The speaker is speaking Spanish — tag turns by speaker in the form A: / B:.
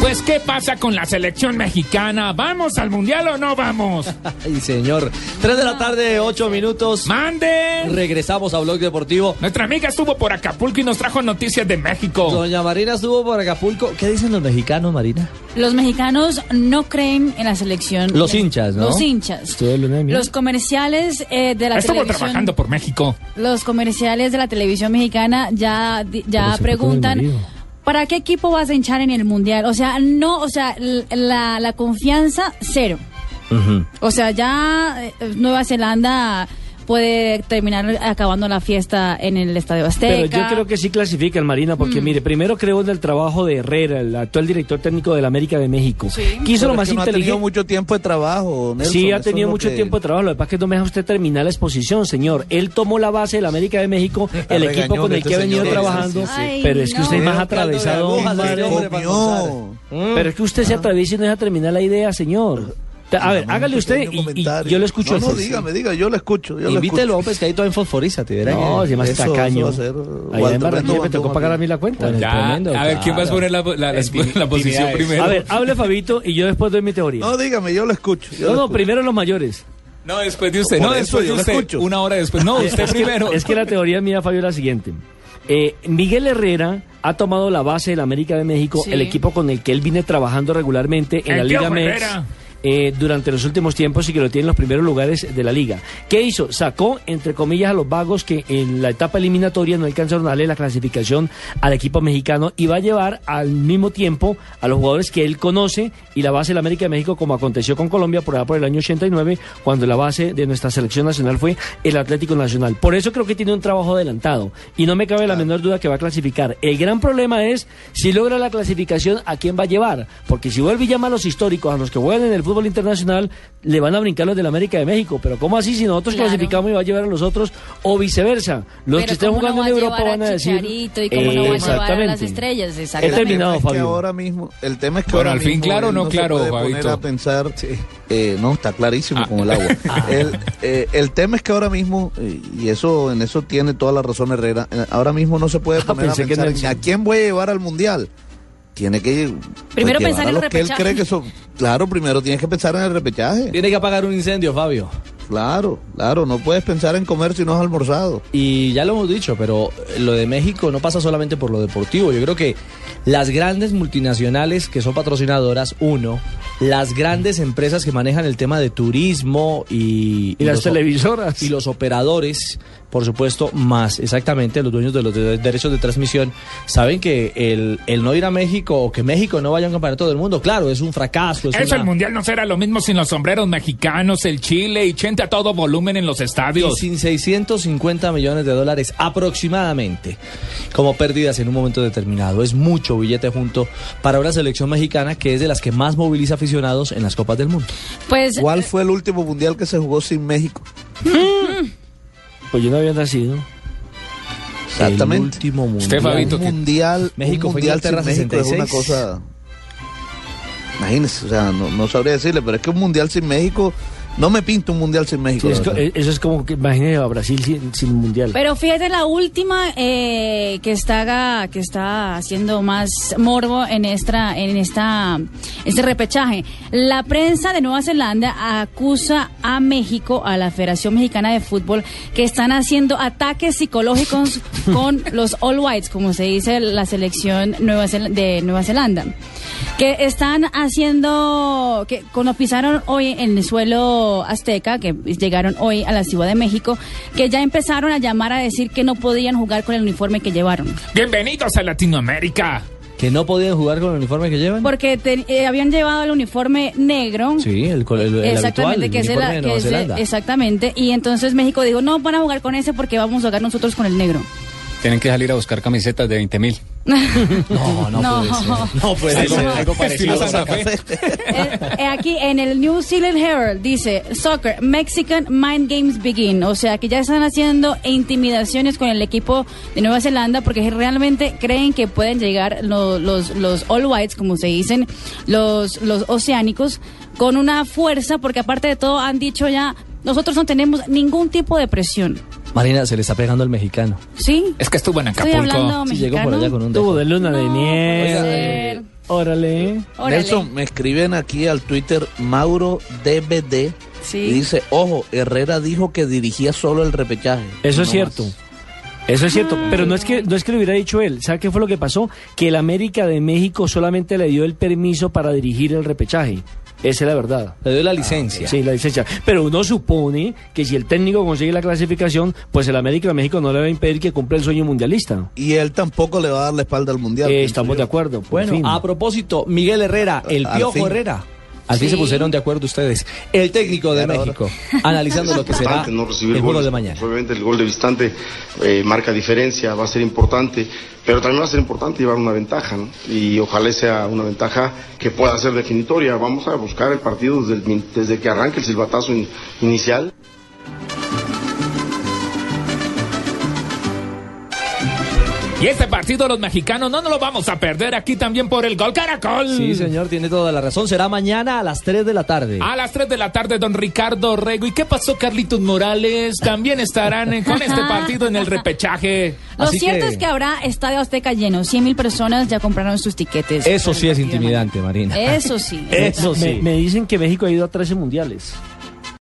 A: Pues, ¿qué pasa con la selección mexicana? ¿Vamos al mundial o no vamos?
B: Ay, señor. 3 de la tarde, 8 minutos.
A: ¡Mande!
B: Regresamos a Blog Deportivo.
A: Nuestra amiga estuvo por Acapulco y nos trajo noticias de México.
B: Doña Marina estuvo por Acapulco. ¿Qué dicen los mexicanos, Marina?
C: Los mexicanos no creen en la selección.
B: Los hinchas, ¿no?
C: Los hinchas.
B: Estuvo de luna de miel.
C: Los comerciales eh, de la
A: Estuvo
C: televisión.
A: trabajando por México.
C: Los comerciales de la televisión mexicana ya, di- ya
B: Pero se
C: preguntan.
B: fue todo el marido.
C: ¿Para qué equipo vas a hinchar en el mundial? O sea, no, o sea, l- la, la confianza cero. O sea, ya eh, Nueva Zelanda puede terminar acabando la fiesta en el Estadio Azteca. Mm.
D: Pero yo creo que sí clasifican, Marina, porque mire, primero creo en el trabajo de Herrera, el actual director técnico del América de México. que hizo lo más
E: Porque no ha
D: inteligente.
E: tenido mucho tiempo de trabajo. Nelson,
D: Sí, ha
E: eso es
D: tenido
E: lo
D: mucho
E: que-
D: tiempo de trabajo. Lo que pasa es que no me deja usted terminar la exposición, señor. Él tomó la base del América de México, el equipo
E: regañón
D: con
E: de
D: el que ha
E: este
D: venido
E: señor.
D: trabajando.
E: Sí, sí,
C: sí.
D: Pero es que
C: Ay,
D: usted es
C: no.
D: más atravesado.
B: Caldo de agujas,
D: madre.
B: señor. hombre, para
E: Comió.
D: Pero es que usted
E: Ah.
D: se atraviesa y no deja terminar la idea, señor. Ta- A ver, hágale usted
E: Pequeño
D: y- y,
E: comentario.
D: yo lo escucho.
E: No, no,
D: Eso.
E: dígame, diga, yo lo escucho. Yo lo
B: Invítelo a
E: escucho.
B: López, que ahí todavía enfosforiza, te verá.
D: No,
B: que-
D: se llama
E: Eso-
D: tacaño.
E: eso va a ser, uh,
D: Allá en
E: Walter
D: Barranquilla me
E: Bando,
D: tocó pagar a
E: Bando.
D: mí la cuenta.
B: Bueno,
F: Ya,
B: Tremendo,
F: a ver, ¿quién va a
B: claro.
F: poner la, la- la- la posición primero?
D: A ver, hable Fabito y yo después doy mi teoría.
E: No, pues. dígame, yo lo escucho.
D: No,
E: yo lo
D: no,
E: escucho.
D: primero los mayores.
F: No, después de usted.
E: Por
F: No,
E: eso
F: después de
E: yo lo
F: usted.
E: escucho.
F: Una hora después. No, usted primero.
D: Es que la teoría mía, Fabio, es la siguiente. Eh, Miguel Herrera ha tomado la base del América de México,
C: Sí.
D: el equipo con el que él viene trabajando regularmente en
A: El
D: la
A: tío
D: Liga MEX.
A: Herrera.
D: eh, durante los últimos tiempos y que lo tiene en los primeros lugares de la liga. ¿Qué hizo? Sacó, entre comillas, a los vagos que en la etapa eliminatoria no alcanzaron a darle la clasificación al equipo mexicano y va a llevar al mismo tiempo a los jugadores que él conoce y la base del América de México, como aconteció con Colombia por allá por el año 89, cuando la base de nuestra selección nacional fue el Atlético Nacional. Por eso creo que tiene un trabajo adelantado y no me cabe la menor duda que va a clasificar. El gran problema es si logra la clasificación, ¿a quién va a llevar? Porque si vuelve y llama a los históricos, a los que juegan en el fútbol internacional, le van a brincar los del América de México. Pero ¿cómo así si nosotros
C: Claro.
D: clasificamos y va a llevar a los otros? O viceversa. Los
C: Pero
D: que estén
C: ¿cómo no
D: jugando
C: va
D: en
C: a
D: Europa
C: llevar a
D: van a decir...
C: Chicharito y cómo no va a llevar a las
D: Exactamente. Este
C: estrellas,
D: He
C: exactamente.
D: terminado,
E: es que
D: Fabio.
E: ahora mismo, el tema es que
F: Bueno, al
E: ahora
F: fin,
E: mismo
F: claro o
E: él
F: no claro,
E: se puede poner
F: Fabito. Ah.
E: a pensar, eh, no, está clarísimo como el agua.
D: Ah.
E: el, eh, el tema es que ahora mismo, eh, y eso en eso tiene toda la razón Herrera, eh, ahora mismo no se puede
D: Ah,
E: poner a
D: pensé que
E: pensar
D: no
E: en
D: era-
E: a quién voy a llevar al mundial. Tiene que
C: Primero
E: llevar
C: pensar
E: a
C: en el
E: los que él
C: repechaje.
E: cree que son, claro, primero tienes que pensar en el repechaje.
B: Tiene que apagar un incendio, Fabio.
E: Claro, claro, no puedes pensar en comer si no has almorzado.
B: Y ya lo hemos dicho, pero lo de México no pasa solamente por lo deportivo. Yo creo que las grandes multinacionales que son patrocinadoras, uno, las grandes empresas que manejan el tema de turismo y,
D: Y las
B: los-
D: televisoras.
B: y los operadores, por supuesto, más exactamente los dueños de los de- derechos de transmisión, saben que el, el no ir a México o que México no vaya a un campeonato del mundo, claro, es un fracaso. Es
A: Eso,
B: una-
A: el mundial no será lo mismo sin los sombreros mexicanos, el Chile y chente a todo volumen en los
B: Y
A: estadios.
B: sin 650 millones de dólares aproximadamente como pérdidas en un momento determinado. Es mucho billete junto para una selección mexicana que es de las que más moviliza aficionados en las Copas del Mundo.
C: Pues
E: ¿Cuál fue el último mundial que se jugó sin México?
D: Pues yo no había nacido.
B: El
E: Exactamente.
B: último mundial.
F: Usted, Fabito,
E: un
F: que-
E: mundial, un
B: México fue
E: mundial sin
B: Inglaterra
E: México es una
B: 66.
E: cosa. Imagínense, o sea, no, no sabría decirle, pero es que un mundial sin México, no me pinto un mundial sin México.
D: Sí, es
E: la
D: co-
E: verdad.
D: eh, eso es como que imagínese a Brasil sin, sin mundial.
C: Pero fíjate la última eh, que está que está haciendo más morbo en esta en esta este repechaje. La prensa de Nueva Zelanda acusa a México, a la Federación Mexicana de Fútbol, que están haciendo ataques psicológicos con los All Whites, como se dice la selección Nueva Zel- de Nueva Zelanda, que están haciendo, que cuando pisaron hoy en el suelo azteca, que llegaron hoy a la Ciudad de México, que ya empezaron a llamar a decir que no podían jugar con el uniforme que llevaron.
A: Bienvenidos a Latinoamérica.
B: ¿Que no podían jugar con el uniforme que llevan?
C: Porque te- eh, habían llevado el uniforme negro.
B: Sí, el, col- el, el habitual,
C: Exactamente,
B: el
C: que es el-
B: uniforme de
C: que
B: Nueva
C: es el-
B: Zelanda.
C: exactamente. Y entonces México dijo, no van a jugar con ese porque vamos a jugar nosotros con el negro.
F: Tienen que salir a buscar camisetas de 20 mil.
B: No, no, pues, eh,
C: No.
B: puede ser. No puede ser.
F: Algo parecido a Santa Fe.
C: Eh, eh, aquí en el New Zealand Herald dice, Soccer, Mexican Mind Games Begin. O sea, que ya están haciendo intimidaciones con el equipo de Nueva Zelanda porque realmente creen que pueden llegar lo- los, los All Whites, como se dicen, los, los oceánicos, con una fuerza porque aparte de todo han dicho ya, nosotros no tenemos ningún tipo de presión.
B: Marina, se le está pegando al mexicano.
C: ¿Sí,
F: Es que estuvo en
C: estoy hablando
F: Acapulco.
B: Si llegó por allá
C: mexicano.
B: con un
D: Tuvo
B: dejo.
D: de luna de
C: No,
B: pues,
C: puede
D: miel.
C: ser.
D: Órale.
C: Órale.
E: Nelson, me escriben aquí al Twitter Mauro DBD
C: Sí.
E: y dice, ojo, Herrera dijo que dirigía solo el repechaje.
D: Eso es
E: No
D: cierto.
E: más.
D: Eso es
B: Mm.
D: cierto, pero no es que no es que lo hubiera dicho él. ¿Sabe qué fue lo que pasó? Que el América de México solamente le dio el permiso para dirigir el repechaje. Esa es la verdad.
B: Le doy la licencia.
D: Sí, la licencia. Pero uno supone que si el técnico consigue la clasificación, pues el América de México no le va a impedir que cumpla el sueño mundialista.
E: Y él tampoco le va a dar la espalda al Mundial.
D: Eh,
E: pienso
D: estamos
E: yo.
D: de acuerdo. por
B: Bueno, ah,
D: fin.
B: a propósito, Miguel Herrera, el
E: Al
B: Piojo
E: fin.
B: Herrera. Al fin
C: Sí.
B: se pusieron de acuerdo ustedes. El técnico de
E: Claro, ahora.
B: México, analizando lo que será
G: importante no recibir
B: el juego
G: goles.
B: de mañana.
G: Obviamente el gol de Vistante eh, marca diferencia, va a ser importante, pero también va a ser importante llevar una ventaja, ¿no? Y ojalá sea una ventaja que pueda ser definitoria. Vamos a buscar el partido desde, el min- desde que arranque el silbatazo in- inicial.
A: Y este partido los mexicanos no nos lo vamos a perder aquí también por el gol Caracol.
B: Sí, señor, tiene toda la razón. Será mañana a las 3 de la tarde.
A: A las 3 de la tarde, don Ricardo Rego. ¿Y qué pasó, Carlitos Morales? También estarán eh, con este partido en el repechaje.
C: Lo
B: Así
C: cierto
B: que-
C: es que habrá Estadio Azteca lleno. 100 mil personas ya compraron sus tiquetes.
B: Eso sí es intimidante, Marina.
C: Eso sí.
B: Eso
D: Me,
B: sí.
D: me dicen que México ha ido a 13 mundiales.